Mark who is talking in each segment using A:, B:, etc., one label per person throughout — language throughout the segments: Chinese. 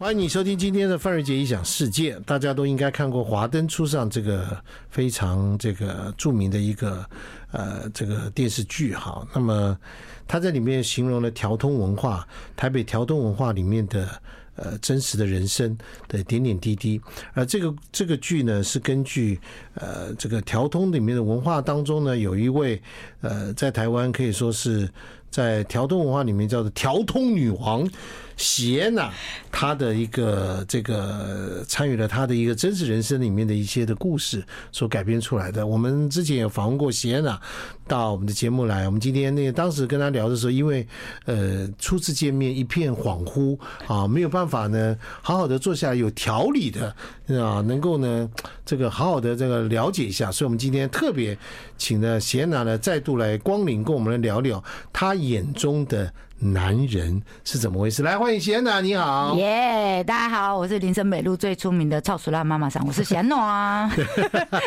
A: 欢迎你收听今天的范瑞杰一想世界。大家都应该看过《华灯初上》这个非常这个著名的一个呃这个电视剧哈。那么他在里面形容了调通文化，台北调通文化里面的呃真实的人生的点点滴滴。而这个这个剧呢是根据呃这个调通里面的文化当中呢，有一位呃在台湾可以说是。在调通文化里面叫做调通女王谢娜，她的一个这个参与了她的一个真实人生里面的一些的故事所改编出来的。我们之前也访问过谢娜到我们的节目来，我们今天那个当时跟她聊的时候，因为呃初次见面一片恍惚啊，没有办法呢好好的坐下来有条理的啊，能够呢这个好好的这个了解一下，所以我们今天特别请了谢娜呢再度来光临跟我们来聊聊她。眼中的男人是怎么回事？来，欢迎贤娜，你好，
B: 耶、yeah,！大家好，我是林森北路最出名的超熟辣妈妈桑，我是贤啊 娜。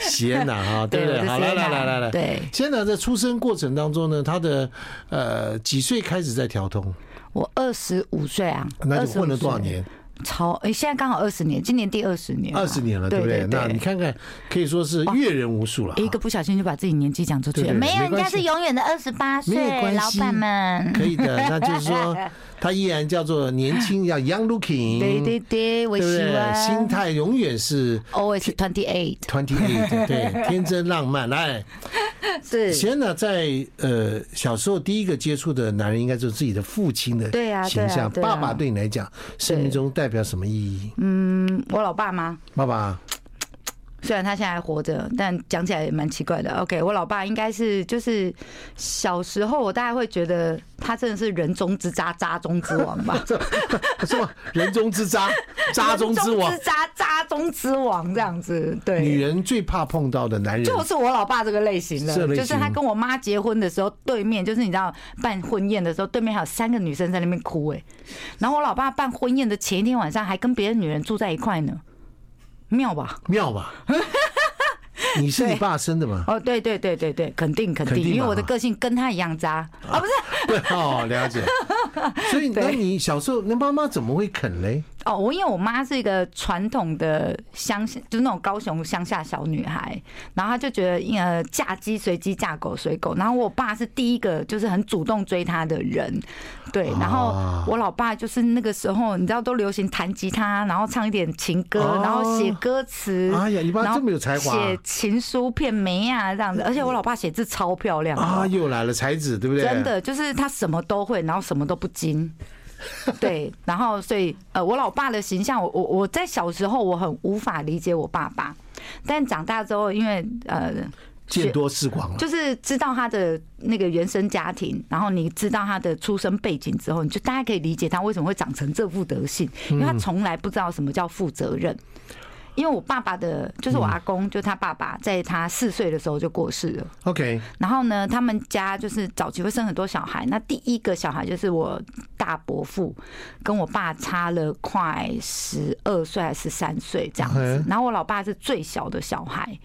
A: 贤娜哈，对对，好，来来来来来，
B: 对，
A: 贤娜在出生过程当中呢，她的呃几岁开始在调通？
B: 我二十五岁啊，
A: 那就混了多少年？
B: 超哎、欸，现在刚好二十年，今年第二十年，
A: 二十年了，对不对？那你看看，可以说是阅人无数了。啊
B: 一个不小心就把自己年纪讲出去了，
A: 对对
B: 没有，人家是永远的二十八岁，老板们
A: 可以的。那就是说，他依然叫做年轻，叫 young looking，
B: 对对对，我喜欢，
A: 心态永远是
B: always twenty eight，twenty
A: eight，对， 天真浪漫。来，
B: 是。
A: 先呢，在呃小时候第一个接触的男人，应该就是自己的父亲的
B: 对呀
A: 形象。
B: 啊啊啊、
A: 爸爸对你来讲，生命中带。代表什么意义？
B: 嗯，我老爸妈，
A: 爸爸，
B: 虽然他现在还活着，但讲起来也蛮奇怪的。OK，我老爸应该是就是小时候，我大概会觉得他真的是人中之渣，渣中之王吧？
A: 什么人中之 渣， 渣中之王，
B: 之渣渣中之王这样子。对，
A: 女人最怕碰到的男人
B: 就是我老爸这个类型的，
A: 型
B: 就是他跟我妈结婚的时候，对面就是你知道办婚宴的时候，对面还有三个女生在那边哭哎、欸。然后我老爸办婚宴的前一天晚上，还跟别的女人住在一块呢，妙吧？
A: 妙吧？ 你是你爸生的吗？
B: 哦，对对对对对，肯定肯
A: 定，
B: 因为我的个性跟他一样渣啊，不是？
A: 对 哦，了解。所以那你小时候，那妈妈怎么会肯嘞？
B: 哦，我因为我妈是一个传统的乡，就是那种高雄乡下小女孩，然后她就觉得呃嫁鸡随鸡，嫁狗随狗。然后我爸是第一个就是很主动追她的人，对。然后
A: 啊
B: 我老爸就是那个时候，你知道都流行弹吉他，然后唱一点情歌，然后写歌词。
A: 哦哎呀，你爸这么有才华！
B: 嗯
A: 啊
B: 写情书片梅啊这样子，而且我老爸写字超漂亮
A: 啊！又来了才子，对不对？
B: 真的就是他什么都会，然后什么都不精。对，然后所以呃，我老爸的形象，我我我在小时候我很无法理解我爸爸，但长大之后，因为呃。
A: 见多识广了，
B: 就是知道他的那个原生家庭，然后你知道他的出生背景之后，你就大家可以理解他为什么会长成这副德性，因为他从来不知道什么叫负责任。因为我爸爸的，就是我阿公，就他爸爸，在他四岁的时候就过世了。
A: OK，
B: 然后呢，他们家就是早期会生很多小孩，那第一个小孩就是我大伯父，跟我爸差了快十二岁还是三岁这样子。然后我老爸是最小的小孩，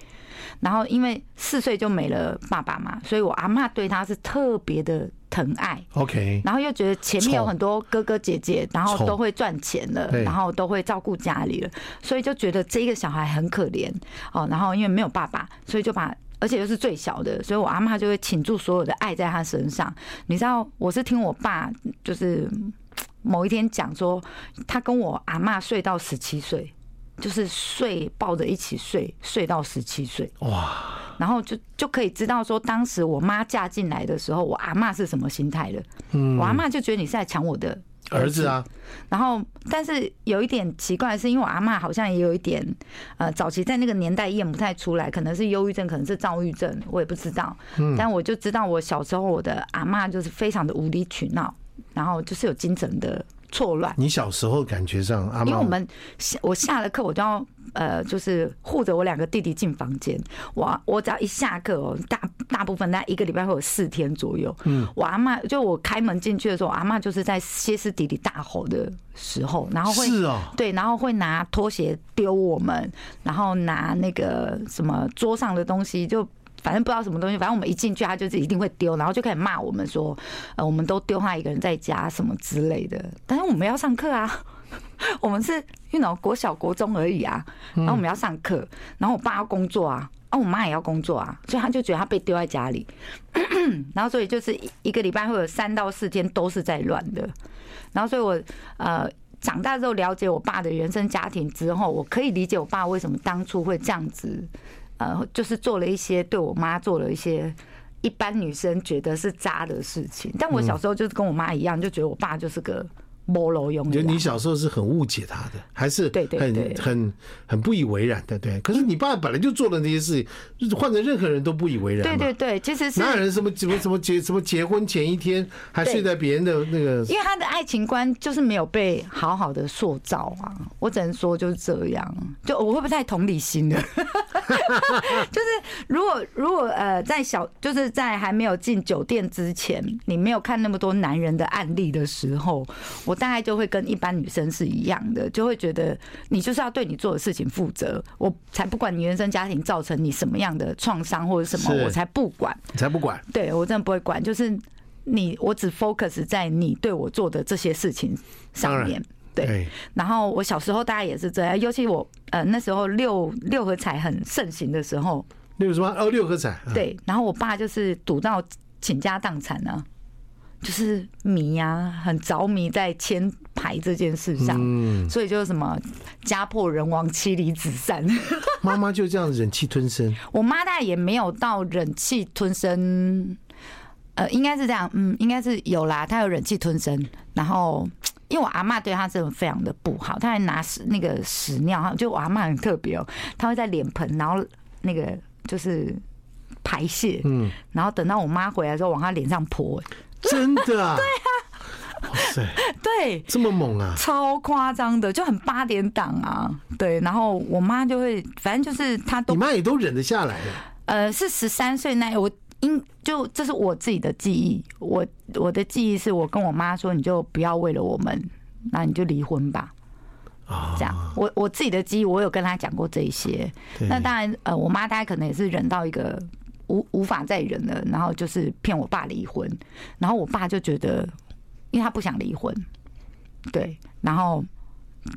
B: 然后因为四岁就没了爸爸嘛，所以我阿妈对他是特别的。疼爱
A: ，OK，
B: 然后又觉得前面有很多哥哥姐姐，然后都会赚钱了，然后都会照顾家里了，所以就觉得这个小孩很可怜哦。然后因为没有爸爸，所以就把，而且又是最小的，所以我阿妈就会倾注所有的爱在他身上。你知道，我是听我爸就是某一天讲说，他跟我阿妈睡到十七岁，就是睡抱着一起睡，睡到十七岁，
A: 哇！
B: 然后就就可以知道说，当时我妈嫁进来的时候，我阿妈是什么心态了。嗯，我阿妈就觉得你是在抢我的
A: 儿子啊。
B: 然后，但是有一点奇怪的是，因为我阿妈好像也有一点，呃，早期在那个年代验不太出来，可能是忧郁症，可能是躁郁症，我也不知道。嗯，但我就知道我小时候我的阿妈就是非常的无理取闹，然后就是有精神的。错乱。
A: 你小时候感觉上，阿
B: 因为我们我下了课，我都要呃，就是护着我两个弟弟进房间。我我只要一下课哦，大大部分那一个礼拜会有四天左右。嗯，我阿妈就我开门进去的时候，我阿妈就是在歇斯底里大吼的时候，然后会
A: 是哦，
B: 对，然后会拿拖鞋丢我们，然后拿那个什么桌上的东西就。反正不知道什么东西，反正我们一进去，他就是一定会丢，然后就开始骂我们说，呃，我们都丢他一个人在家什么之类的。但是我们要上课啊， 我们是因为国小国中而已啊，然后我们要上课，然后我爸要工作啊，啊我妈也要工作啊，所以他就觉得他被丢在家里， 然后所以就是一一个礼拜会有三到四天都是在乱的，然后所以我呃。长大之后了解我爸的原生家庭之后，我可以理解我爸为什么当初会这样子，呃，就是做了一些对我妈做了一些一般女生觉得是渣的事情。但我小时候就是跟我妈一样，就觉得我爸就是个摸楼用。
A: 就你小时候是很误解他的，还是
B: 对对对
A: 很很很不以为然的，对。可是你爸本来就做了那些事情，换成任何人都不以为然
B: 对
A: 嘛。
B: 对对，其实是
A: 哪有人什么什么什么结什么结婚前一天还睡在别人的那个
B: 因为他的爱情观就是没有被好好的塑造啊，我只能说就是这样。就我会不会太同理心了？就是如果如果呃，在小就是在还没有进酒店之前，你没有看那么多男人的案例的时候，我大概就会跟一般女生是一样的，就会觉得你就是要对你做的事情负责，我才不管你原生家庭造成你什么样的创伤或者什么，
A: 是
B: 我才不管。
A: 你才不管。
B: 对我真的不会管，就是你，我只 focus 在你对我做的这些事情上
A: 当
B: 面。对，
A: 哎，
B: 然后我小时候大概也是这样，尤其我呃那时候六六合彩很盛行的时候，
A: 六什么哦六合彩，啊，
B: 对，然后我爸就是赌到倾家荡产啊，就是迷啊，很着迷在签牌这件事上，
A: 嗯，
B: 所以就是什么家破人亡、妻离子散。
A: 妈妈就这样忍气吞声，
B: 我妈大概也没有到忍气吞声，呃，应该是这样，嗯，应该是有啦，她有忍气吞声，然后。因为我阿嬷对她真的非常的不好，她还拿屎那个屎尿，就我阿嬷很特别哦，她会在脸盆，然后那个就是排泄，
A: 嗯，
B: 然后等到我妈回来之后往她脸上泼，
A: 真的啊，对啊，哇塞，
B: 对，
A: 这么猛啊！
B: 超夸张的，就很八点档啊，对，然后我妈就会，反正就是她都
A: 你妈也都忍得下来啊了，
B: 呃，是十三岁那我应就这是我自己的记忆，我我的记忆是我跟我妈说，你就不要为了我们，那你就离婚吧。
A: 啊
B: 这样，我我自己的记忆，我有跟她讲过这一些。
A: 对
B: 那当然，呃，我妈大概可能也是忍到一个无无法再忍了，然后就是骗我爸离婚，然后我爸就觉得，因为他不想离婚，对，然后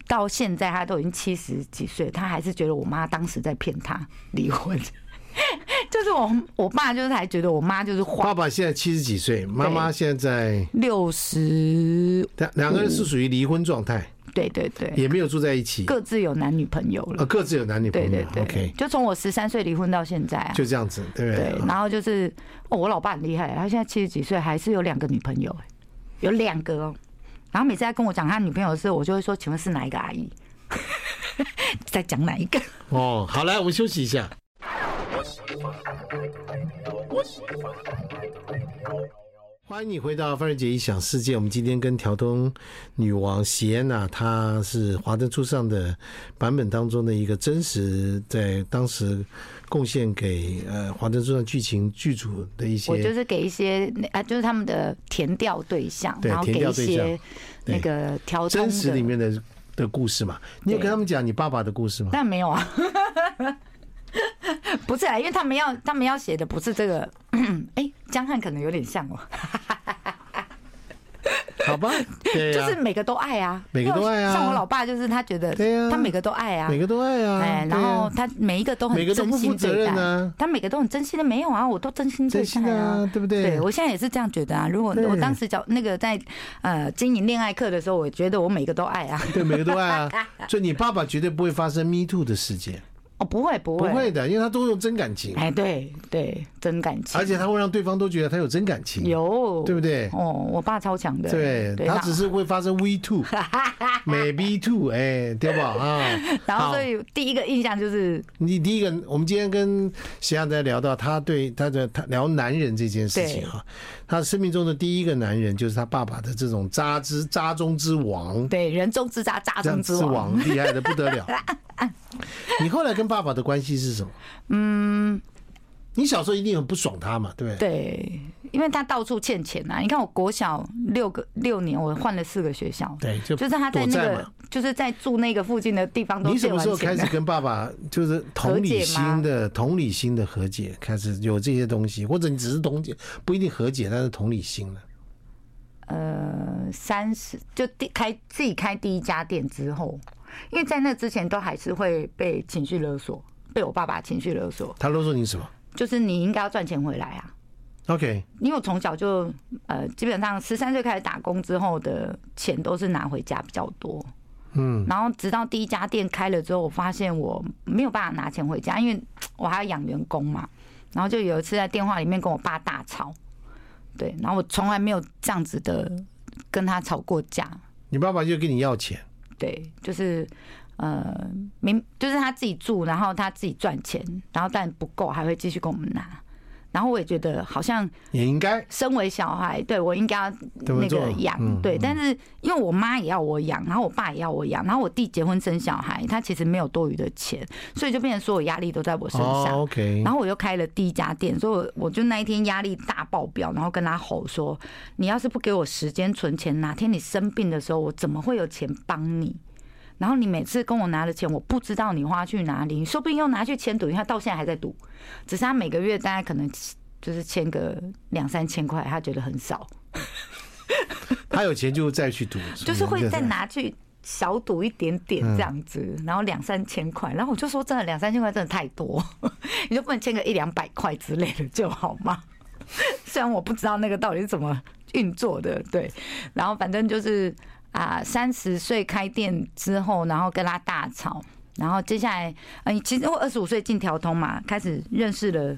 B: 到现在他都已经七十几岁，他还是觉得我妈当时在骗他离婚。 就是我我爸就是还觉得我妈就是花
A: 爸爸现在七十几岁，妈妈现在
B: 六十，
A: 两两个人是属于离婚状态，
B: 对对对，
A: 也没有住在一起，
B: 各自有男女朋友了
A: 嗯呃，。各自有男女朋
B: 对对
A: 友。
B: 对
A: OK，
B: 就从我十三岁离婚到现在啊，
A: 就这样子，对不
B: 对，
A: 对？
B: 然后就是、哦、我老爸很厉害，他现在七十几岁还是有两个女朋友，有两个哦。然后每次在跟我讲他女朋友的时候，我就会说：“请问是哪一个阿姨？ 在讲哪一个
A: 哦，好，来，我们休息一下。欢迎你回到范瑞杰异想世界。我们今天跟条东女王席安娜，她是《华灯初上》的版本当中的一个真实，在当时贡献给呃《华灯初上》剧情剧组的一？”
B: 我就
A: 些
B: 是给一些那啊，就是他们的填调对象，
A: 对
B: 然后给
A: 填调
B: 一
A: 对象
B: 些
A: 对
B: 那个调通
A: 真实里
B: 的。
A: 面的的故事嘛。你有跟他们讲你爸爸的故事吗？
B: 但没有啊， 不是啊，因为他们要他们要写的不是这个。 哎、江汉可能有点像哦，
A: 好吧，对啊
B: 就是
A: 呀，
B: 每个都爱啊，
A: 每个都爱啊
B: 像我老爸就是他觉得，
A: 对啊
B: 他每个都爱啊，
A: 每个都爱啊，
B: 哎，
A: 对
B: 然
A: 啊
B: 后他每一个都
A: 每
B: 很
A: 个都
B: 真
A: 不负
B: 心
A: 责
B: 对
A: 任
B: 待
A: 啊，
B: 他每个都很真心的，没有啊，我都真心对
A: 真心
B: 待
A: 的啊
B: 啊。
A: 对不对？
B: 对，我现在也是这样觉得啊。如果
A: 对
B: 我当时讲那个在呃经营恋爱课的时候，我觉得我每个都爱啊。
A: 对，每个都爱啊。所以你爸爸绝对不会发生 me too 的事件，
B: 哦，不会不
A: 不
B: 会，
A: 会的，因为他都用真感情，
B: 哎，对对，真感情，
A: 而且他会让对方都觉得他有真感情，
B: 有
A: 对不对
B: 哦，我爸超强的，
A: 对
B: 对，
A: 他
B: 那
A: 只是会发生 we too，美 be too，哎，对吧？啊，
B: 然后
A: 好
B: 所以第一个印象就是
A: 你第一个，我们今天跟席亚在聊到他对他的他聊男人这件事情啊，他生命中的第一个男人就是他爸爸的这种渣之渣中之王，
B: 对人中之渣，渣
A: 这样
B: 中
A: 之
B: 之王。
A: 王厉害的不得 了。你后来跟爸爸的关系是什么？嗯，你小时候一定很不爽他嘛，对不对？
B: 对，因为他到处欠钱啊！你看，我国小六个六年，我换了四个学校，
A: 对就
B: 就是他在
A: 躲
B: 那
A: 债
B: 个
A: 嘛，
B: 就是在住那个附近的地方都
A: 你什
B: 借
A: 么
B: 完
A: 时候
B: 钱啊
A: 开始
B: 了。
A: 跟爸 爸就是同理心的同理心的和解，开始有这些东西，或者你只是同解，不一定和解，但是同理心了。
B: 呃三十就第开自己开第一家店之后，因为在那之前都还是会被情绪勒索，被我爸爸情绪勒索，
A: 他勒索你什么
B: 就是你应该要赚钱回来啊。
A: ？OK，
B: 因为我从小就呃，基本上十三岁开始打工之后的钱都是拿回家比较多。
A: 嗯，
B: 然后直到第一家店开了之后，我发现我没有办法拿钱回家，因为我还要养员工嘛。然后就有一次在电话里面跟我爸大吵，对，然后我从来没有这样子的跟他吵过架，
A: 你爸爸就跟你要钱，
B: 对，就是呃明就是他自己住，然后他自己赚钱，然后但不够还会继续跟我们拿。然后我也觉得好像
A: 也应该
B: 身为小孩，对我应该要
A: 怎么
B: 那
A: 做
B: 个？养，
A: 嗯
B: 对，但是因为我妈也要我养，然后我爸也要我养，然后我弟结婚生小孩，他其实没有多余的钱，所以就变成所有压力都在我身
A: 哦
B: 上。
A: ，OK，
B: 然后我又开了第一家店，所以我我就那一天压力大爆表，然后跟他吼说：“你要是不给我时间存钱，哪天你生病的时候，我怎么会有钱帮你？然后你每次跟我拿的钱，我不知道你花去哪里，你说不定又拿去签赌，因为他到现在还在赌，只是他每个月大概可能就是签个两三千块，他觉得很少，
A: 他有钱就再去赌，
B: 就是会再
A: 在哪？
B: 拿去。”小赌一点点这样子，然后两三千块，然后我就说真的两三千块真的太多， 你就不能签个一两百块之类的就好吗？ 虽然我不知道那个到底是怎么运作的，对，然后反正就是啊，三十岁开店之后，然后跟他大吵，然后接下来，嗯、其实我二十五岁进调通嘛，开始认识了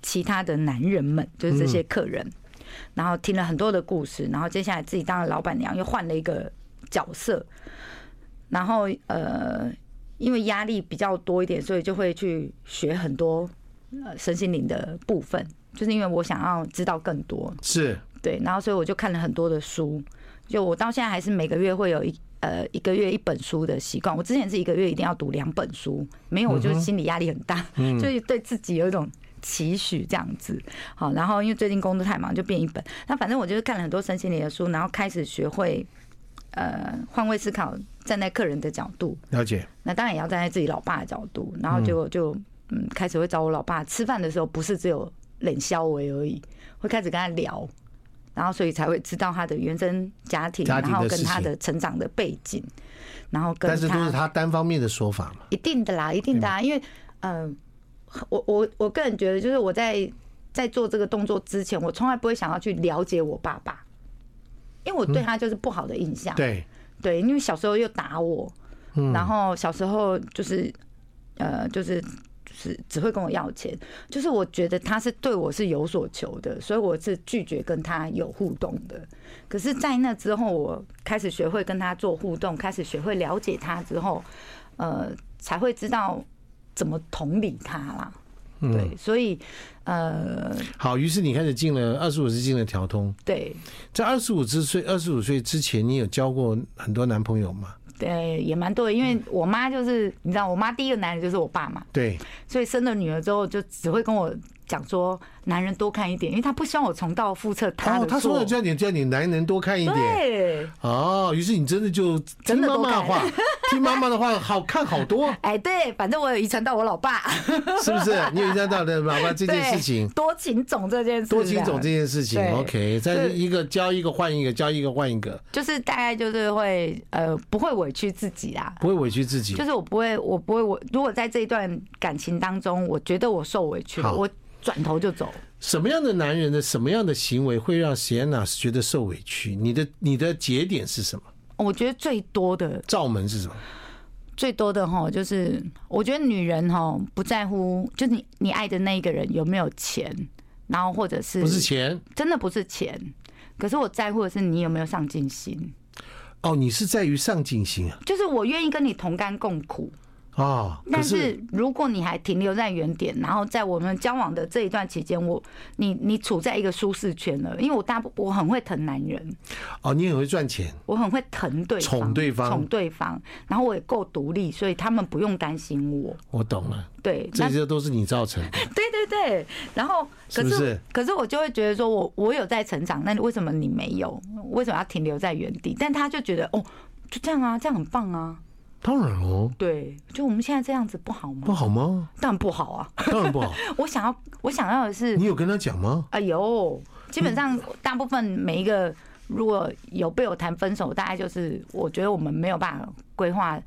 B: 其他的男人们，就是这些客人，然后听了很多的故事，然后接下来自己当了老板娘，又换了一个角色，然后呃，因为压力比较多一点，所以就会去学很多呃身心灵的部分，就是因为我想要知道更多，
A: 是
B: 对，然后所以我就看了很多的书，就我到现在还是每个月会有一呃一个月一本书的习惯。我之前是一个月一定要读两本书，没有我就心理压力很大， 就是对自己有一种期许这样子。好，然后因为最近工作太忙，就变一本。那反正我就是看了很多身心灵的书，然后开始学会呃换位思考，站在客人的角度，
A: 了解，
B: 那当然也要站在自己老爸的角度，然后就就嗯，开始会找我老爸吃饭的时候，不是只有冷笑为而已，会开始跟他聊，然后所以才会知道他的原生家庭，
A: 家庭
B: 然
A: 的
B: 后跟
A: 事
B: 他
A: 情
B: 的成长的背景，然后跟
A: 但是都是他单方面的说法嘛，
B: 一定的啦，一定的啊，因为呃，我我我个人觉得，就是我在在做这个动作之前，我从来不会想要去了解我爸爸，因为我
A: 嗯
B: 对他就是不好的印象。
A: 对，
B: 对，因为小时候又打我，然后小时候就是呃，就是就是只会跟我要钱，就是我觉得他是对我是有所求的，所以我是拒绝跟他有互动的。可是，在那之后，我开始学会跟他做互动，开始学会了解他之后，呃，才会知道怎么同理他啦。对，所以呃，
A: 好，于是你开始进了二十五岁进了调通，
B: 对
A: 在二十五之岁二十五岁之前，你有交过很多男朋友吗？
B: 对，也蛮对，因为我妈就是你知道，我妈第一个男人就是我爸嘛。
A: 对，
B: 所以生了女儿之后，就只会跟我讲说，男人多看一点，因为他不希望我重蹈覆辙他
A: 哦，
B: 的
A: 他
B: 错。
A: 说了叫你叫你男人多看一点，
B: 对，
A: 哦，于是你真的就听
B: 真的
A: 妈
B: 多
A: 妈的话， 听妈妈的话，好看好 多，
B: 哎，对，反正我有遗传到我老爸
A: 是不是？你有看到的妈妈这
B: 对
A: 件事情，
B: 多情种这件事，
A: 多情种这件事情
B: 对
A: ，OK，再
B: 对
A: 一个交一个换一个，交一个换一个，
B: 就是大概就是会呃不会委屈自己啦。
A: 不会委屈自己
B: 就。是我不会，我不会，我如果在这一段感情当中，我觉得我受委屈了，
A: 好
B: 我转头就走。
A: 什么样的男人的什么样的行为会让 Sienna 觉得受委屈？你的你的节点是什么？
B: 我觉得最多的
A: 罩门是什么？
B: 最多的哈，就是我觉得女人哈不在乎，就是你你爱的那一个人有没有钱，然后或者是
A: 不是钱
B: 真的不是钱，可是我在乎的是你有没有上进心，
A: 哦，你是在于上进心啊
B: 就是我愿意跟你同甘共苦。
A: 哦，可
B: 但
A: 是
B: 是如果你还停留在原点，然后在我们交往的这一段期间，我你你处在一个舒适圈了，因为我大部我很会疼男人，
A: 哦，你很会赚钱，
B: 我很会疼对方，
A: 宠对方
B: 宠对方，然后我也够独立，所以他们不用担心我。
A: 我懂了，
B: 对，那
A: 这些都是你造成的。
B: 对对对，然后
A: 是
B: 可是
A: 不是
B: 可是我就会觉得说我我有在成长，那你为什么你没有？为什么要停留在原地？但他就觉得哦，就这样啊，这样很棒啊，
A: 当然哦，
B: 对，就我们现在这样子不好吗
A: 不？好 吗？
B: 当然不好啊，
A: 当然不好。
B: 我想要我想要的是，
A: 你有跟他讲吗？
B: 哎呦，基本上大部分每一个如果有被我谈分手，大概就是我觉得我们没有办法规划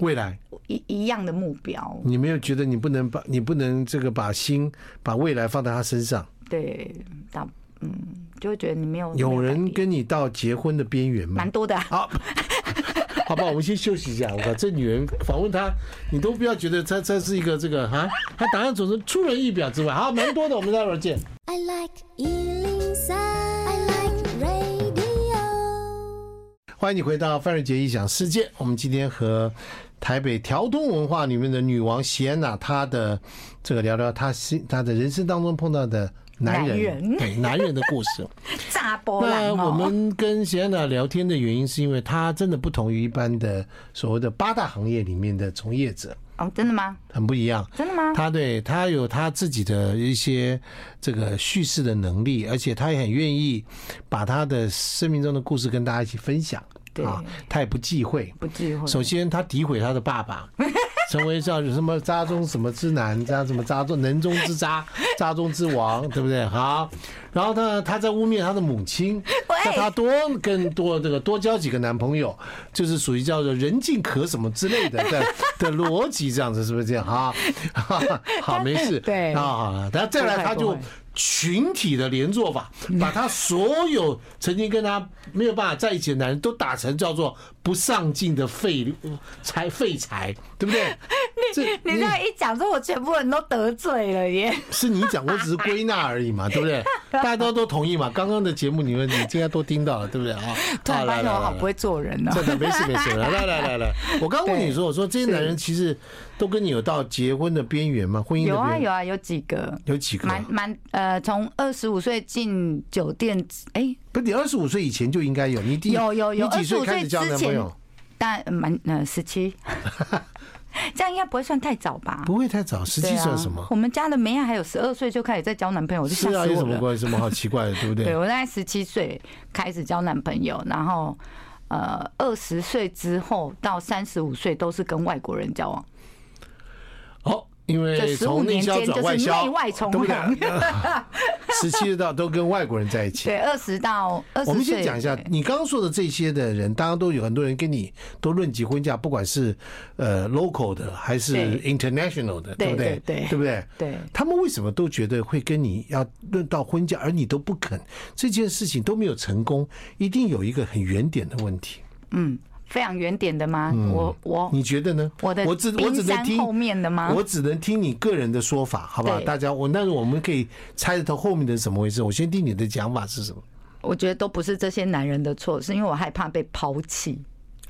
A: 未来
B: 一一样的目标。
A: 你没有觉得你不能把你不能这个把心把未来放在他身上？
B: 对，到嗯，就会觉得你没有
A: 有人跟你到结婚的边缘吗
B: 蛮？多的啊、
A: 好， 好吧，我们先休息一下。我靠，这女人访问她，你都不要觉得她她是一个这个哈，她答案总是出人意表之外，好，蛮多的。我们待会儿见。
C: I like Ealing Sound. I like radio.
A: 欢迎你回到范瑞杰异想世界。我们今天和台北调通文化里面的女王席安娜，她的这个聊聊她心她的人生当中碰到的男人，
B: 男 人
A: 对男人的故 事。
B: 炸波
A: 那
B: 浪
A: 我
B: 哦，
A: 们跟席安娜聊天的原因，是因为她真的不同于一般的所谓的八大行业里面的从业者，
B: 哦，真的吗？
A: 很不一样。
B: 真的吗？
A: 他对他有他自己的一些这个叙事的能力，而且他也很愿意把他的生命中的故事跟大家一起分享。
B: 对
A: 啊，他也不忌讳。
B: 不忌讳。
A: 首先，他诋毁他的爸爸，成为叫什么渣中什么之男，渣什么渣中人中之渣，渣中之王，对不对？好，然后呢，他在污蔑他的母亲，叫他多跟多这个多交几个男朋友，就是属于叫做人尽可什么之类的的的逻辑，这样子是不是这样啊？好，没事，
B: 对
A: 啊，好了，然后再来他
B: 不
A: 就
B: 会不会。
A: 群体的连坐法，哎嗯把他所有曾经跟他没有办法在一起的男人都打成叫做不上进的废柴废柴，对不对？ 这
B: 你这样一讲，说我全部人都得罪了 耶。
A: 是你讲，我只是归纳而已 嘛，对不对？大家都都同意嘛。刚刚的节目你们你应该都听到了，对不对啊？
B: 突然
A: 好
B: 发
A: 来
B: 现
A: 来
B: 我好
A: 来
B: 不会做人呢、
A: 真的没事没事， 来来来来来，我刚问你说，我说这些男人其实都跟你有到结婚的边缘吗？ 婚姻的
B: 有啊
A: 边缘
B: 有啊，有几个，
A: 有几个啊？
B: 蛮蛮呃，从二十五岁进酒店，哎、
A: 不，你二十五岁以前就应该有，你第
B: 有有有
A: 你几岁
B: 25
A: 开始交
B: 岁
A: 男
B: 之
A: 朋
B: 前
A: 友？
B: 但蛮呃 十七，这样应该不会算太早吧？
A: 不会太早，十
B: 对
A: 七
B: 啊
A: 算什么？
B: 我们家的梅亚还有十二岁就开始在交男朋友，我就吓
A: 是
B: 死
A: 啊，有什
B: 我
A: 么
B: 了。
A: 关系？什么好奇怪的，对不
B: 对
A: 对？
B: 我大概十七岁开始交男朋友，然后呃二十岁之后到三十五岁都是跟外国人交往，
A: 哦，因
B: 这
A: 为
B: 十五
A: 从内
B: 年
A: 销
B: 间
A: 转
B: 就是
A: 外销，
B: 内外从
A: 对不对
B: 良。
A: 十七到都跟外国人在一起。
B: 对，二十到二十岁。
A: 我们先讲一下，你刚刚说的这些的人，当然都有很多人跟你都论及婚嫁，不管是呃 local 的还是
B: 对
A: international 的，
B: 对
A: 不对？
B: 对对
A: 不对？
B: 对
A: 他们为什么都觉得会跟你要论到婚嫁，而你都不肯，这件事情都没有成功，一定有一个很原点的问题。
B: 嗯，非常原点的吗？我我
A: 嗯你觉得呢？
B: 哦我的
A: 我只我只
B: 冰
A: 能
B: 山
A: 听
B: 后面的吗
A: 我只能听你个人的说法，好吧？
B: 对
A: 大家，我但是我们可以猜得到后面的是怎么回事。我先听你的讲法是什么？
B: 我觉得都不是这些男人的错，是因为我害怕被抛弃，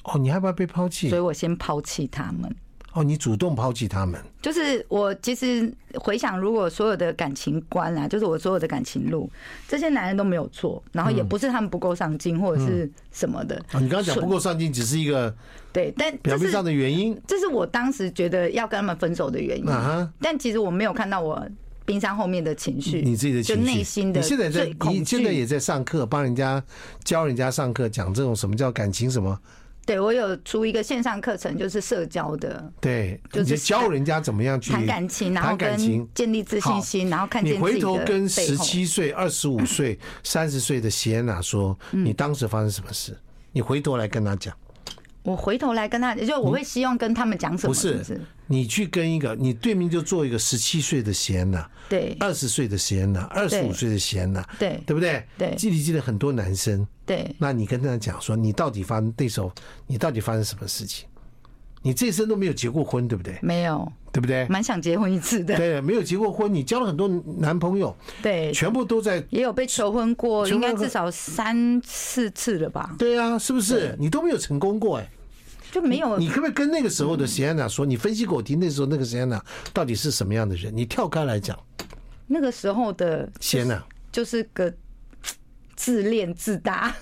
A: 哦，你害怕被抛
B: 所
A: 弃
B: 以？我先抛弃他们。
A: 哦，你主动抛弃他们？
B: 就是我其实回想，如果所有的感情观啊，就是我所有的感情路，这些男人都没有错，然后也不是他们不够上进或者是什么的。
A: 啊，你刚刚讲
B: 顺
A: 不够上进，只是一个
B: 对，但
A: 表
B: 这
A: 面
B: 是
A: 上的原因。
B: 这是我当时觉得要跟他们分手的原因。
A: 啊哈
B: 但其实我没有看到我冰山后面的情绪，
A: 你自己的情绪，
B: 就内心的
A: 你现在在
B: 最，恐
A: 你现在
B: 惧
A: 也在上课，帮人家教人家上课，讲这种什么叫感情什么？
B: 对我有出一个线上课程，就是社交的。
A: 对，
B: 就是
A: 你教人家怎么样去
B: 谈感情，然后
A: 谈感情
B: 跟建立自信心，然后看见
A: 你
B: 自
A: 回
B: 己的
A: 头跟
B: 背
A: 十
B: 后。
A: 七岁、二十五岁、三十岁的席安娜说，
B: 嗯
A: 你当时发生什么事？你回头来跟她讲，
B: 我回头来跟他，就我会希望跟他们讲什
A: 不
B: 么？是
A: 是
B: 不是？
A: 你去跟一个，你对面就做一个十七岁的席安娜，
B: 对
A: 二十岁的席安娜，二十五岁的席安娜，
B: 对
A: 对不对？
B: 对
A: 记不记得很多男生？
B: 对，
A: 那你跟他讲说，你到底发生那时候，你到底发生什么事情？你这一生都没有结过婚，对不对？
B: 没有，
A: 对不对？
B: 蛮想结婚一次的。
A: 对，没有结过婚，你交了很多男朋友，
B: 对，
A: 全部都在
B: 也有被求婚过，
A: 求
B: 应
A: 婚
B: 该至少三四次了吧？
A: 对啊，是不是？你都没有成功过哎、
B: 就没有
A: 你可不可以跟那个时候的 Sienna 说，你分析给我听，那时候那个 Sienna 到底是什么样的人？你跳开来讲
B: 那个时候的
A: ，Sienna，
B: 就是个自恋自大，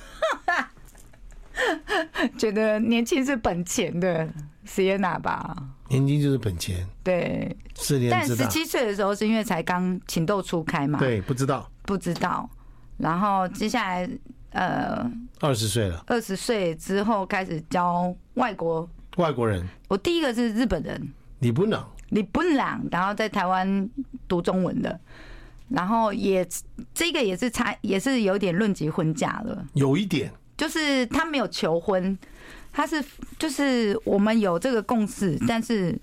B: 觉得年轻是本钱的 Sienna 吧？
A: 年轻就是本钱，
B: 对，
A: 自
B: 但
A: 恋自
B: 十
A: 大，
B: 七岁的时候是因为才刚情窦初开嘛，
A: 对，不知道
B: 不知道。然后接下来，呃，
A: 二十岁了，
B: 二十岁之后开始交外国，
A: 外国人，
B: 我第一个是日本人，
A: 你不能
B: 你不朗，然后在台湾读中文的，然后也这个也是差，也是有点论及婚嫁了，
A: 有一点，
B: 就是他没有求婚，他是就是我们有这个共识，但是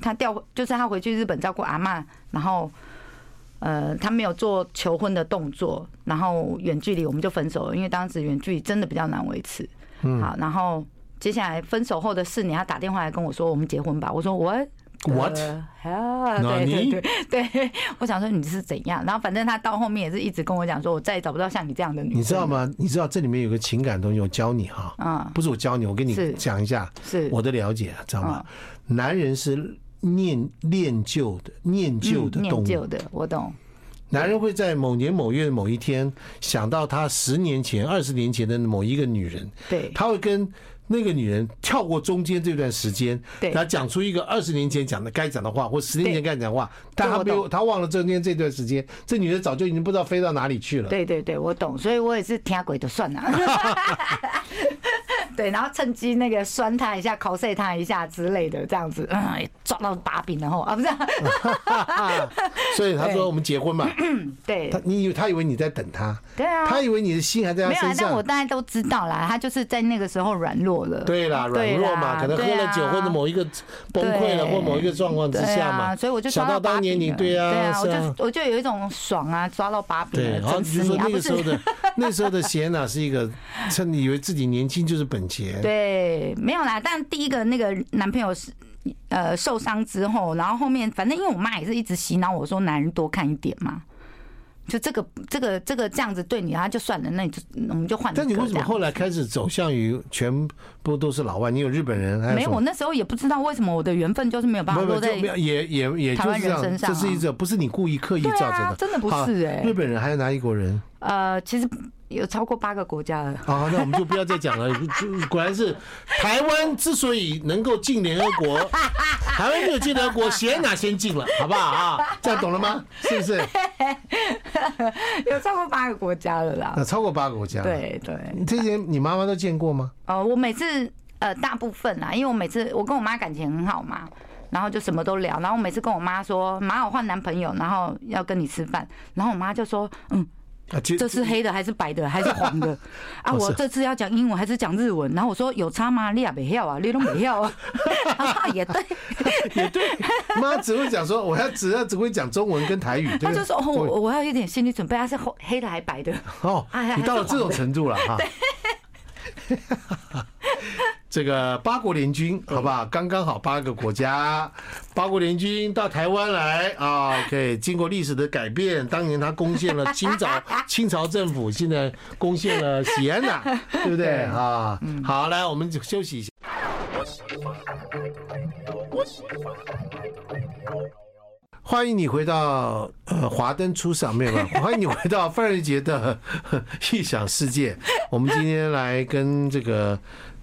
B: 他调就是他回去日本照顾阿嬷，然后呃他没有做求婚的动作，然后远距离我们就分手了，因为当时远距离真的比较难维持。
A: 嗯
B: 好，然后接下来分手后的四年，他打电话来跟我说我们结婚吧，我说我。
A: ，what？
B: 啊，
A: 哪
B: 对
A: 里
B: 对对对， 我想说你是怎样，然后反正他到后面也是一直跟我讲说，我再也找不到像你这样的女生，
A: 你知道？吗？你知道这里面有个情感东西，我教你哈，
B: 嗯，
A: 不是我教你，我跟你
B: 是
A: 讲一下
B: 是，啊
A: 我的了解，啊知道吗？男人是念恋旧的，念旧的
B: 嗯
A: 动
B: 念旧
A: 物，
B: 的，我懂，
A: 男人会在某年某月某一天想到他十年前、二十年前的某一个女人，
B: 对
A: 他会跟那个女人跳过中间这段时间，
B: 对
A: 然后讲出一个二十年前讲的该讲的话，或十年前
B: 对
A: 该讲的话，但他没
B: 我
A: 有，
B: 懂
A: 他忘了中间这段时间，这女人早就已经不知道飞到哪里去了。
B: 对对对，我懂，所以我也是听鬼 就算了，对，然后趁机那个酸他一下，cos 他一下之类的，这样子，嗯，抓到把柄然后啊，不是，啊
A: 所以他
B: 对
A: 说我们结婚 嘛，
B: 对
A: 他你以为他以为你在等他，
B: 对啊，
A: 他以为你的心还在他
B: 没有啊
A: 身，
B: 但我
A: 上。
B: 大概都知道啦，他就是在那个时候软弱了。
A: 对啦，软
B: 对
A: 弱嘛，
B: 啦
A: 可能喝了酒
B: 对啊
A: 或者某一个崩溃了，
B: 对
A: 或某一个状况之
B: 对
A: 下
B: 啊，
A: 嘛。
B: 所以我就抓
A: 想到
B: 把
A: 当年
B: 柄
A: 你
B: 了
A: 对啊，
B: 啊，我
A: 是啊，
B: 就我就有一种爽啊，抓到把柄
A: 对，
B: 了，
A: 然后
B: 整
A: 你就
B: 死
A: 说
B: 你啊！
A: 那
B: 不
A: 个时候
B: 是，
A: 的那时候的谢娜是一个，趁你以为自己年轻就是本钱，
B: 对，没有啦。但第一个那个男朋友是呃受伤之后，然后后面反正因为我妈也是一直洗脑我说男人多看一点嘛，就这个这个这个这样子对你，然后就算了，那你就我们就换一个这
A: 但
B: 样。
A: 你为什么后来开始走向于全部都是老外？你有日本人，还
B: 没
A: 什
B: 有？
A: 么
B: 我那时候也不知道为什么我的缘分就是没有办法
A: 没有
B: 落
A: 就
B: 在
A: 没有，也也也
B: 台
A: 就
B: 湾
A: 是这
B: 人
A: 样，
B: 身上啊
A: 这是一种不是你故意刻意
B: 对
A: 造成
B: 啊，
A: 的。
B: 真的不
A: 好
B: 是哎、
A: 日本人还有哪一国人
B: 呃，其实有超过八个国家了。
A: 啊？那我们就不要再讲了。 就果然是台湾之所以能够进联合 国，台湾没有进联合国，谢娜先进了，好不好 啊？这样懂了吗？是不是？
B: 有超过八个国家了啦。
A: 那超过八个国家。，
B: 对对，
A: 啊这些你妈妈都见过吗？
B: 呃，我每次呃大部分啦，因为我每次我跟我妈感情很好嘛，然后就什么都聊，然后我每次跟我妈说，妈我换男朋友，然后要跟你吃饭，然后我妈就说，嗯，
A: 啊，这
B: 这是黑的还是白的还是黄 的啊？
A: 哦是
B: 我这次要讲英文还是讲日文？然后我说有差吗？你也没要啊，你都没要啊， 啊 也对，
A: 也对，妈只会讲说我要只要只会讲中文跟台语，对
B: 她
A: 不
B: 就
A: 对？
B: 说哦我我要有点心理准备，他是红黑的还白的，
A: 哦
B: 哎，
A: 你到了这种程度了哈。 这个八国联军，
B: 嗯
A: 好不好？刚刚好八个国家，八国联军到台湾来啊，OK，经过历史的改变，当年他攻陷了清 朝，清朝政府现在攻陷了西安呐，对不对啊？
B: 嗯
A: 好，来，我们就休息一下。欢迎你回到呃华灯初上，没有 办法，欢迎你回到范瑞杰的呵异想世界。我们今天来跟这个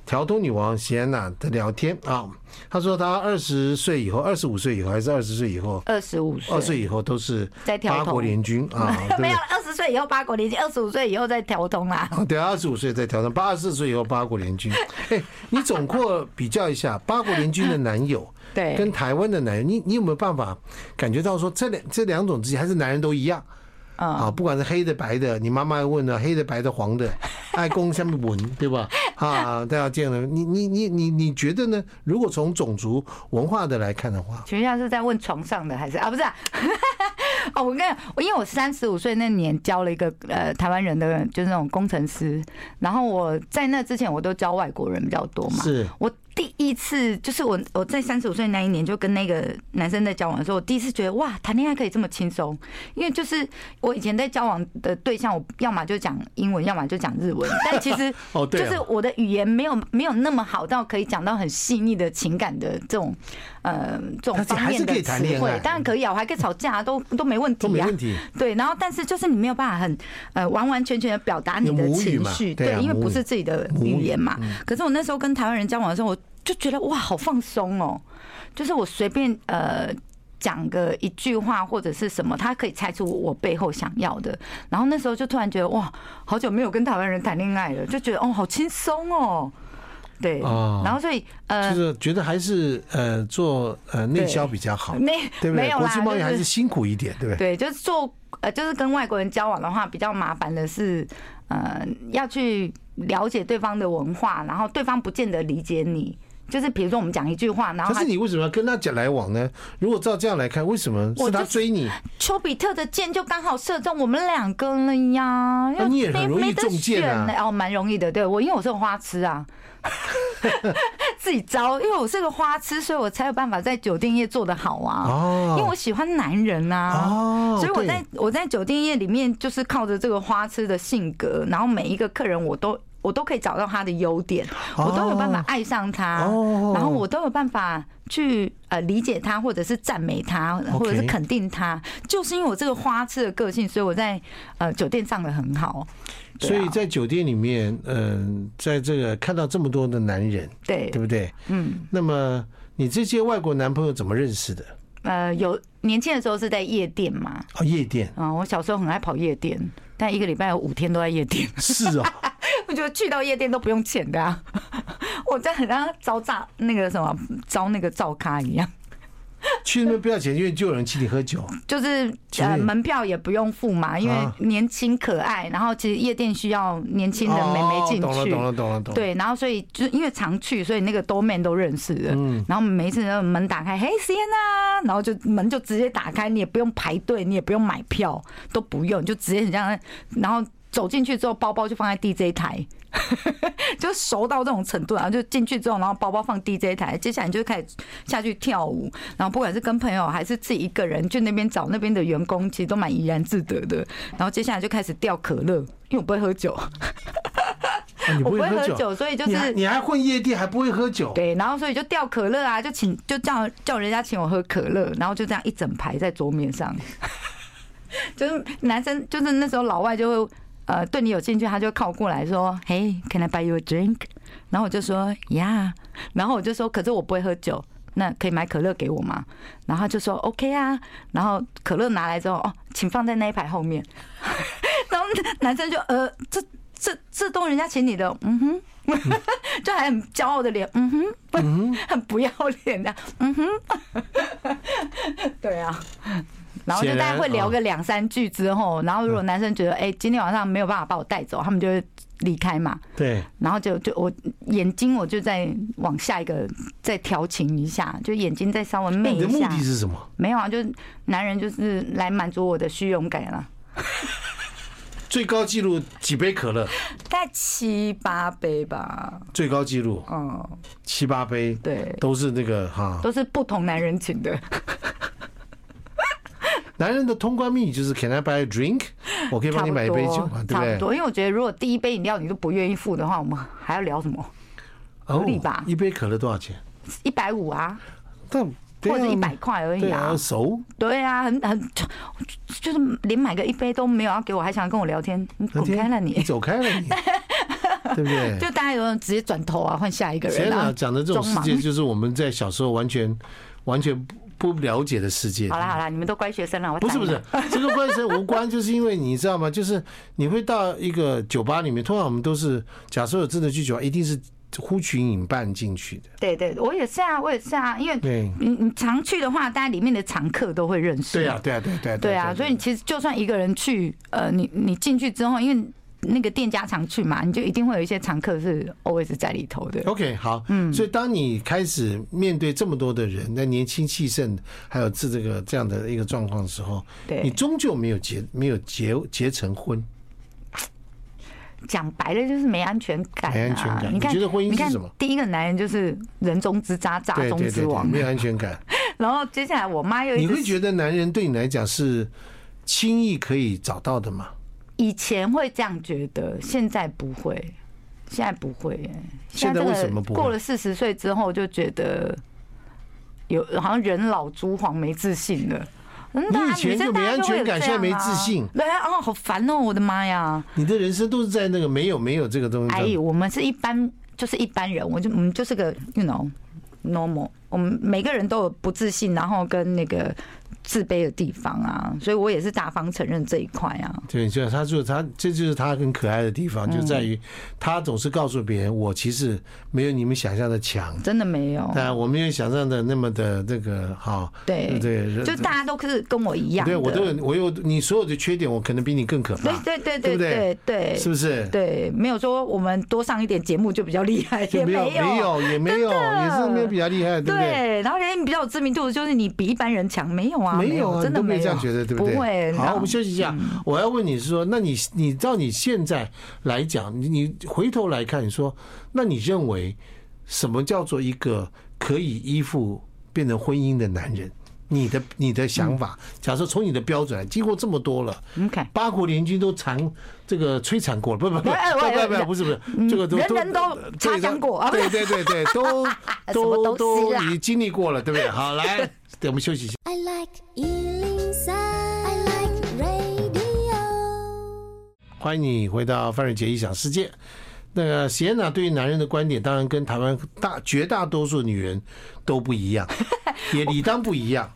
A: 调通女王席安娜的聊天啊，她说她二十岁以后、二十五岁以后还是二十岁以后、
B: 二十五岁，
A: 二岁以后都是
B: 在调
A: 八
B: 通
A: 国联军啊，对不
B: 没
A: 对
B: 有？二十岁以后八国联军，二十五岁以后再调通啦。
A: 啊，对，二十五岁在挑战，八十四岁以后八国联军。哎，你总括比较一下八国联军的男友，
B: 对
A: 跟台湾的男友，你你有没有办法感觉到说这两这两种之间还是男人都一样？
B: 嗯
A: 啊，不管是黑的白的，你妈妈问了黑的白的黄的，爱公下面文对吧？啊，大家见了，你你你你你觉得呢？如果从种族文化的来看的话，
B: 请问一下是在问床上的还是啊？不是、啊。 哦，我跟你讲，我因为我三十五岁那年交了一个呃台湾人的，就是那种工程师，然后我在那之前我都教外国人比较多嘛。
A: 是
B: 我第一次就是我我在三十五岁那一年就跟那个男生在交往的时候，我第一次觉得哇，谈恋爱可以这么轻松，因为就是我以前在交往的对象，我要么就讲英文，要么就讲 日文，但其实
A: 哦对
B: 就
A: 啊
B: 是我的语言没有没有那么好到可以讲到很细腻的情感的这种呃这种
A: 但是
B: 方
A: 还是
B: 面的
A: 可以谈
B: 词
A: 恋爱
B: 汇，当然可以啊，我还可以吵架啊，都都没问
A: 都没
B: 题啊
A: 问。题。
B: 对，然后但是就是你没有办法很呃完完全全的表达你
A: 你
B: 的
A: 母语
B: 情
A: 嘛
B: 绪，
A: 对啊
B: 因为
A: 母
B: 不
A: 语
B: 是自己的
A: 母
B: 语
A: 语嗯
B: 言嘛。可是我那时候跟台湾人交往的时候，我就觉得哇，好放松哦，就是我随便呃。讲个一句话或者是什么，他可以猜出我背后想要的。然后那时候就突然觉得哇，好久没有跟台湾人谈恋爱了，就觉得哦，好轻松哦。对，
A: 哦
B: 然后所以呃
A: 就，是觉得还是呃做呃内销比较好，
B: 没
A: 对不
B: 没
A: 对？
B: 有
A: 国
B: 啦，
A: 际贸易
B: 就
A: 还是辛苦一点，对不对？
B: 对，就是做呃，就是跟外国人交往的话，比较麻烦的是，呃，要去了解对方的文化，然后对方不见得理解你。就是比如说我们讲一句话，然后
A: 可
B: 他
A: 是你为什么要跟他讲来往呢？如果照这样来看，为什么
B: 我
A: 是他
B: 就是
A: 追你？
B: 丘比特的箭就刚好射中我们两个了呀，要
A: 你也很
B: 没
A: 容易
B: 没得
A: 中箭啊
B: 选呢哦，蛮容易的，对我因为我是个花痴 啊。自己招，因为我是个花痴，所以我才有办法在酒店业做得好啊。
A: 哦
B: 因为我喜欢男人啊，
A: 哦
B: 所以我
A: 对
B: 在我在酒店业里面就是靠着这个花痴的性格，然后每一个客人我都我都可以找到他的优点，我都有办法爱上他，
A: 哦
B: 然后我都有办法去呃理解他，或者是赞美他，或者是肯定他。就是因为我这个花痴的个性，所以我在呃酒店上的很好。对啊啊
A: 所以在酒店里面，嗯、在这个看到这么多的男人，
B: 对
A: 对，不对？
B: 嗯，
A: 那么你这些外国男朋友怎么认识的？
B: 呃，有年轻的时候是在夜店嘛，
A: 哦，夜店
B: 嗯、我小时候很爱跑夜店，但一个礼拜有五天都在夜店，
A: 是哦，
B: 我觉得去到夜店都不用钱的啊， 我在很像招诈那个什么招那个照咖一样，
A: 去那边不要钱，因为就有人请你喝酒。
B: 就是
A: 其实
B: 呃门票也不用付嘛，因为
A: 啊
B: 年轻可爱，然后其实夜店需要年轻的妹妹进
A: 哦懂了，
B: 去。
A: 懂了，懂了，懂了。，
B: 对，然后所以就是因为常去，所以那个多面都认识
A: 嗯
B: 的。然后每一次那个门打开，嘿，Sienna，然后就门就直接打开，你也不用排队，你也不用买票，都不用，你就直接很像，然后走进去之后，包包就放在 DJ 台。 就熟到这种程度，然后就进去之后，然后包包放 DJ 台，接下来你就开始下去跳舞，然后不管是跟朋友还是自己一个人去那边找那边的员工，其实都蛮怡然自得的。然后接下来就开始掉可乐，因为我不会喝酒，
A: 啊、你
B: 我不
A: 会
B: 会
A: 喝
B: 喝
A: 酒，
B: 酒，所以就
A: 你还
B: 是
A: 你还混夜店，还不会喝酒？
B: 对，然后所以就掉可乐啊，就请就叫叫人家请我喝可乐，然后就这样一整排在桌面上， 就是男生就是那时候老外就会呃对你有兴趣，他就靠过来说，Hey，can I buy you a drink？然后我就说，Yeah，然后我就说，可是我不会喝酒。那可以买可乐给我吗？然后他就说 OK 啊，然后可乐拿来之后，哦，请放在那一排后面。 然后男生就呃，这这这都人家请你的，嗯哼， 就还很骄傲的脸，嗯哼，很不要脸的，嗯哼， 对啊。然后就大概会聊个
A: 哦
B: 两三句之后，然后如果男生觉得哎、
A: 嗯
B: 今天晚上没有办法把我带走，他们就会离开嘛。
A: 对，
B: 然后就就我眼睛我就在往下一个再调情一下，就眼睛再稍微
A: 那
B: 媚
A: 你的
B: 一
A: 目
B: 下。
A: 的是什么？
B: 没有啊，就是男人就是来满足我的虚荣感啦。
A: 最高纪录几杯可乐？
B: 大概七八杯吧，
A: 最高纪录
B: 嗯，
A: 七八杯，
B: 对，
A: 都是那个哈，
B: 都是不同男人请的。
A: 男人的通关密语就是 “Can I buy a drink？” 我可以
B: 差
A: 帮
B: 不
A: 你
B: 多，
A: 买一杯酒嘛，对
B: 差不
A: 不对？
B: 多，因为我觉得如果第一杯饮料你都不愿意付的话，我们还要聊什么？
A: 哦
B: 合理吧
A: 一杯可乐多少钱？
B: 一百五啊，
A: 但
B: 或者一百块而已
A: 啊对啊，
B: 啊。
A: 熟
B: 对啊，很很就就是连买个一杯都没有要啊给我，还想跟我聊天，你
A: 那
B: 滚
A: 天
B: 开了你！
A: 走开 了你，对不对？
B: 就大家有人直接转头啊，换下一个
A: 谁
B: 人
A: 哪
B: 啊，
A: 讲的这种
B: 装
A: 世
B: 忙
A: 界，就是我们在小时候完全完全不不了解的世界
B: 好。啦好啦，你们都乖学生了，我
A: 不是
B: 打
A: 不
B: 你
A: 是
B: 们，
A: 这个关系无关，就是因为你知道吗？就是你会到一个酒吧里面，通常我们都是假设有真的去酒吧，一定是呼群引伴进去的。
B: 对对，我也是啊，我也是啊，因为
A: 对
B: 你你常去的话，大家里面的常客都会认识。
A: 对啊，对啊，对啊对啊，
B: 对啊，所以你其实就算一个人去，呃，你你进去之后，因为那个店家常去嘛，你就一定会有一些常客是 always 在里头的。
A: OK，好，嗯，所以当你开始面对这么多的人，那年轻气盛，还有这这个这样的一个状况的时候，你
B: 对，
A: 终究没有结没有结结成婚，
B: 讲白了就是没安全感、啊。
A: 没安全感
B: 你看，
A: 你觉得婚姻是
B: 你看
A: 什么
B: 第一个男人就是人中之渣，渣
A: 对
B: 中
A: 对对
B: 之
A: 对，
B: 王。
A: 没有安全 感。
B: 然后接下来我妈又一
A: 你
B: 直
A: 会觉得男人对你来讲是轻易可以找到的吗？
B: 以前会这样觉得，现在不会，现在不会耶。
A: 现在
B: 这
A: 为
B: 个
A: 什么不会
B: 过了四十岁之后就觉得有好像人老珠黄没自信了。嗯，
A: 你
B: 大家
A: 以前
B: 女
A: 就
B: 生
A: 没
B: 大家
A: 安全
B: 会有
A: 感
B: 这
A: 现在
B: 样
A: 没
B: 啊
A: 自信
B: 对啊，哦，好烦哦，我的妈呀！
A: 你的人生都是在那个没有没有这个东西上。
B: 哎，我们是一般，就是一般人，我就我们就是个 you know normal，我们每个人都有不自信，然后跟那个自卑的地方啊，所以我也是大方承认这一块啊。
A: 对，就他就他这就是他很可爱的地
B: 嗯
A: 方，就在于他总是告诉别人，我其实没有你们想象的强，
B: 真的没有，
A: 但我没有想象的那么的那个好。
B: 对
A: 对，
B: 就大家都是跟我一样的。
A: 对我都有，我有你所有的缺点，我可能比你更可怕。
B: 对对
A: 对
B: 对
A: 不对
B: 对对
A: 是不是？
B: 对，没有说我们多上一点节目就比较厉害，
A: 就
B: 也
A: 没有没有
B: 有。
A: 也没有，
B: 真的
A: 也是没有比较厉害，对不对？
B: 对，然后人家比较有知名度，就是你比一般人强，没有啊，
A: 没有啊，
B: 真
A: 你
B: 的
A: 都没有
B: 没有
A: 这样觉得，对
B: 不
A: 对？
B: 会。嗯
A: 好，我们休息一下。我要问你是说，那你你照你现在来讲，你你回头来看，你说，那你认为什么叫做一个可以依附变成婚姻的男人？你的你的想法，
B: 嗯
A: 假设从你的标准来，经过这么多了，
B: OK，
A: 八国联军都缠这个摧残过了，不不不，
B: 哎
A: 不
B: 喂
A: 不
B: 喂
A: 不，不是不是，这个都
B: 人人都
A: 这个
B: 擦枪过啊不
A: 对对
B: 是
A: 对对， 都
B: 什
A: 都
B: 么
A: 都
B: 东西啊
A: 已
B: 啦
A: 经经历过了，对不对？好，来， 对，我们休息一下。
C: I like Ealing Sound. I like radio.
A: 欢迎你回到范瑞杰异想世界。那个席安娜对于男人的观点，当然跟台湾大绝大多数女人都不一 样，也理当不一样。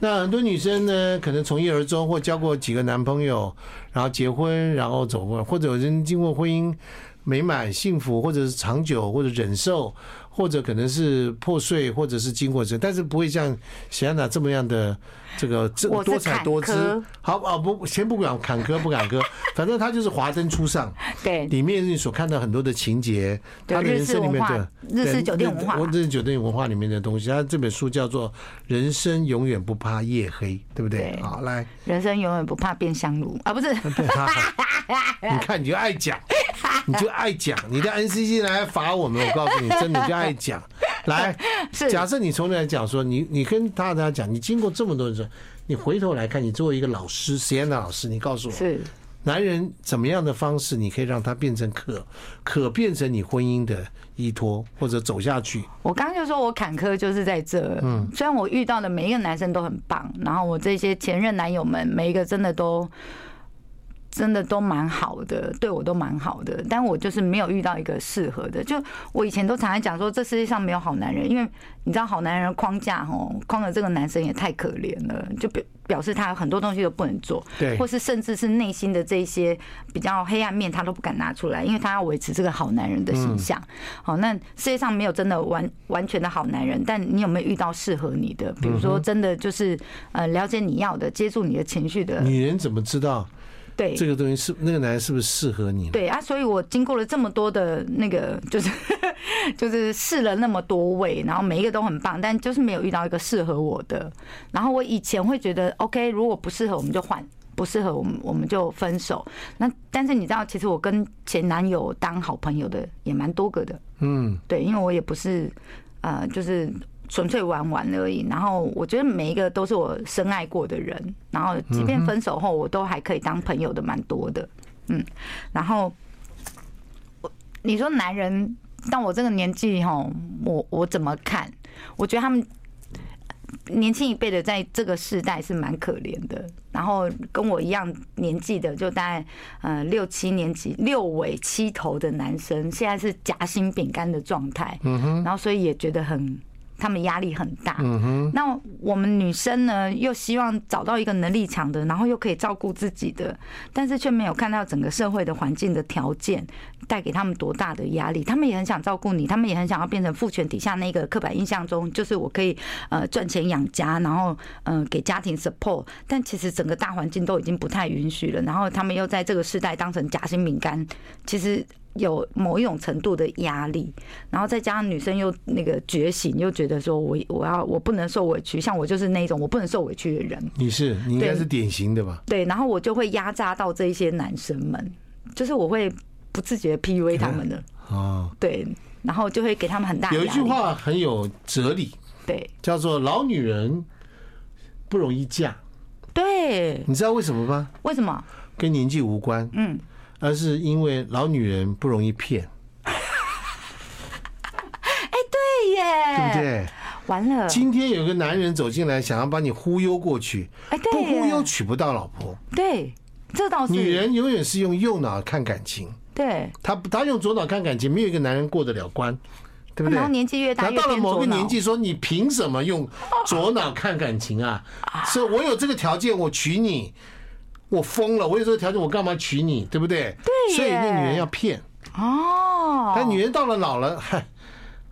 A: 那很多女生呢，可能从一而终，或交过几个男朋友，然后结婚，然后走过，或者有人经过婚姻美满、幸福，或者是长久，或者忍受，或者可能是破碎，或者是经过这，但是不会像席安娜这么样的这个这
B: 我是
A: 多彩多
B: 坎
A: 姿
B: 坷。
A: 好啊，不，先不管坎坷不坎坷，反正他就是华灯初上，
B: 对
A: 里面你所看到很多的情节，
B: 对
A: 他的人生里面的
B: 日
A: 对
B: 式文化日式酒店文化
A: 日式酒店文化里面的东西。他这本书叫做《人生永远不怕夜黑》，对不对？
B: 对
A: 好，来，
B: 人生永远不怕变香炉啊，不是
A: 你看你就爱讲，你就爱讲，你的 NCC 来罚我们，我告诉你，真的你就爱讲。来，
B: 是
A: 假设你从头来讲说，你你跟大家讲，你经过这么多人说，你回头来看，你作为一个老师，实验的老师，你告诉我，
B: 是
A: 男人怎么样的方式，你可以让他变成可可变成你婚姻的依托，或者走下去？
B: 我刚刚就说我坎坷就是在这。嗯，虽然我遇到的每一个男生都很棒，然后我这些前任男友们每一个真的都。真的都蛮好的，对我都蛮好的，但我就是没有遇到一个适合的。就我以前都常常讲说，这世界上没有好男人，因为你知道好男人的框架哦，框了这个男生也太可怜了，就表表示他有很多东西都不能做，
A: 对
B: 或是甚至是内心的这一些比较黑暗面，他都不敢拿出来，因为他要维持这个好男人的形象。好，那世界上没有真的完完全的好男人，但你有没有遇到适合你的？比如说，真的就是呃，了解你要的，接住你的情绪的，
A: 女人怎么知道
B: 对
A: 这个东西是那个男人是不是适合你呢？
B: 对啊，所以我经过了这么多的那个，就是 就是试了那么多位，然后每一个都很棒，但就是没有遇到一个适合我的。然后我以前会觉得，OK，如果不适合我们就换，不适合我们我们就分手。那但是你知道，其实我跟前男友当好朋友的也蛮多个的，
A: 嗯，
B: 对，因为我也不是呃，就是纯粹玩玩而已。然后我觉得每一个都是我深爱过的人，然后即便分手后，我都还可以当朋友的蛮多的。嗯，然后我你说男人到我这个年纪吼，我我怎么看？我觉得他们。年轻一辈的在这个世代是蛮可怜的，然后跟我一样年纪的，就大概呃六七年级六尾七头的男生，现在是夹心饼干的状态，然后所以也觉得很，他们压力很大。那我们女生呢，又希望找到一个能力强的，然后又可以照顾自己的，但是却没有看到整个社会的环境的条件带给他们多大的压力。他们也很想照顾你，他们也很想要变成父权底下那个刻板印象中，就是我可以呃赚钱养家，然后嗯、呃给家庭 support。但其实整个大环境都已经不太允许了，然后他们又在这个时代当成夹心饼干，其实。有某一种程度的压力，然后再加上女生又那个觉醒，又觉得说我我要我不能受委屈，像我就是那一种我不能受委屈的人，
A: 你是你应该是典型的吧？
B: 对，然后我就会压榨到这一些男生们，就是我会不自觉地 PUA
A: 啊
B: 他们的，
A: 哦，
B: 对，然后就会给他们很大的
A: 有一
B: 压
A: 句
B: 力，
A: 话很有哲理，
B: 对
A: 叫做“老女人不容易嫁
B: 对”，，
A: 你知道为什么吗？
B: 为什么？
A: 跟年纪无关，
B: 嗯，
A: 而是因为老女人不容易骗，
B: 哎对
A: 对不
B: 耶，
A: 对？
B: 完了，
A: 今天有个男人走进来，想要把你忽悠过去，
B: 哎，对
A: 不忽悠
B: 耶，
A: 娶不到老婆。
B: 对，这倒是
A: 女人永远是用右脑看感情，
B: 对
A: 她她用左脑看感情，没有一个男人过得了关，对不对
B: 然后？年纪越
A: 然
B: 大
A: 后
B: 越
A: 到了
B: 偏
A: 某
B: 左
A: 个
B: 脑
A: 年。纪，说你凭什么用左脑看感情 啊？是我有这个条件，我娶你，我疯了，我有这个条件，我干嘛娶你？对不对？
B: 对
A: 所以那
B: 耶
A: 女人要骗，
B: 哦，
A: 但女人到了老了，嗨，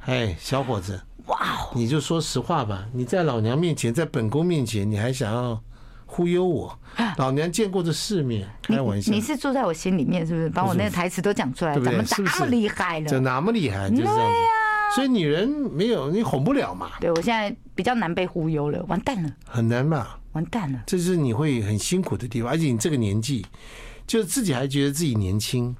A: 哎，小伙子，
B: 哇哦，
A: 你就说实话吧，你在老娘面前，在本宫面前，你还想要忽悠我？老娘见过这世面，开玩笑
B: 你，是住在我心里面，是不是？把我那个台词都讲出来，
A: 对不
B: 咱
A: 对？
B: 们
A: 是
B: 这
A: 不是
B: 么厉害
A: 这
B: 了。
A: 哪么厉害？就是这样子。所以女人没有你哄不了嘛，
B: 对我现在比较难被忽悠了，完蛋了，
A: 很难嘛。
B: 完蛋了。
A: 这是你会很辛苦的地方，而且你这个年纪，就自己还觉得自己年 轻，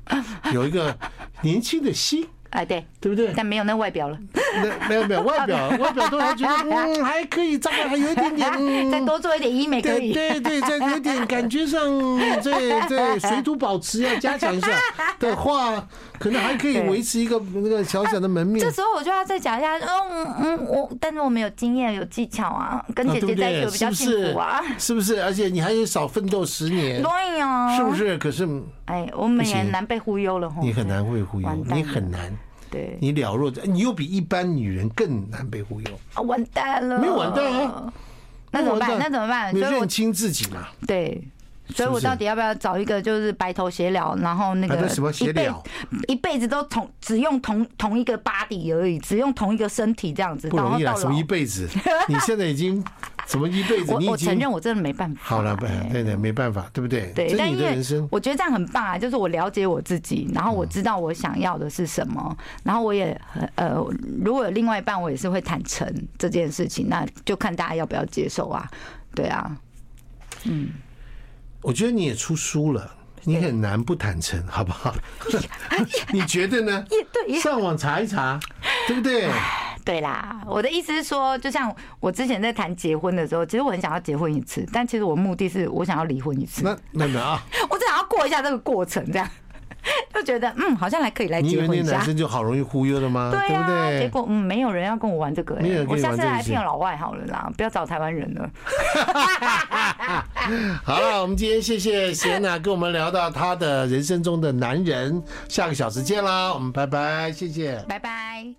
A: 有一个年轻的心，
B: 哎，对，
A: 对不 对？
B: 但没有那外表了，
A: 那没有没有，外 表外表都还觉得嗯还可以，大概还有一点点，
B: 啊 再
A: 嗯，
B: 多做一点医美可
A: 对
B: 以。
A: 对对，在有点感觉 上，对对，水土保持要加强一下的话，可能还可以维持一个那个小小的门面
B: 这。时候我就要再讲一下，嗯嗯，我但是我们有经验有技巧啊，跟
A: 啊
B: 姐
A: 对不
B: 姐在一起
A: 对？
B: 我比
A: 是
B: 较
A: 不
B: 幸
A: 是
B: 福啊。？
A: 是不是？而且你还得少奋斗十 年，
B: 对呀，
A: 是不？是？可是
B: 哎，我们
A: 不
B: 也
A: 行
B: 难被忽悠了吼。
A: 你很难会忽悠
B: 完，蛋
A: 你很难，
B: 对，
A: 你了若你又比一般女人更难被忽悠，
B: 啊完蛋了，
A: 没有完蛋啊。
B: 那怎么办？
A: 完
B: 那
A: 蛋
B: 怎么办？
A: 你
B: 所以我
A: 认清自己嘛。
B: 对，
A: 是
B: 所以
A: 不
B: 我
A: 是
B: 到底要不要找一个就是白头偕老，然后那
A: 白
B: 个
A: 头什么偕
B: 一辈
A: 老
B: 一辈子都同只用同同一个 body 而已，只用同一个身体这样子，
A: 不
B: 然
A: 容
B: 后
A: 易
B: 到
A: 啊，什
B: 老
A: 么一。辈 子？你现在已经什么一辈子？你
B: 我
A: 已
B: 我承
A: 经
B: 认我真的没办法。
A: 好了，不
B: 哎，
A: 对对，没办法，对不对？
B: 对，
A: 这是
B: 但
A: 你
B: 因
A: 的
B: 为
A: 人生，
B: 我觉得这样很棒啊，就是我了解我自己，然后我知道我想要的是什么，
A: 嗯
B: 然后我也很呃，如果有另外一半，我也是会坦诚这件事情，那就看大家要不要接受啊。对啊，
A: 我觉得你也出书了。你很难不坦诚，好不 好？ 你觉得呢？
B: 哎也对，也哎
A: 上网查一查，对不 对？
B: 对啦，我的意思是说，就像我之前在谈结婚的时候，其实我很想要结婚一次，但其实我目的是我想要离婚一次，
A: 那那那啊，
B: 我只想要过一下这个过程， 这样就觉得嗯，好像还可以来
A: 你以
B: 结
A: 为
B: 婚
A: 那
B: 一
A: 男
B: 下。
A: 生就好容易忽悠的吗？
B: 对
A: 对不
B: 啊，
A: 对？
B: 结果嗯，没有人要跟我玩这个、
A: 没有
B: 欸，
A: 人跟
B: 我
A: 你
B: 下
A: 玩
B: 次
A: 这个
B: 来
A: 事
B: 骗老外好了啦，不要找台湾人了。
A: 好了，我们今天谢 谢贤娜跟我们聊到她的人生中的男人，下个小时见啦，我们拜拜，谢谢。
B: 拜拜。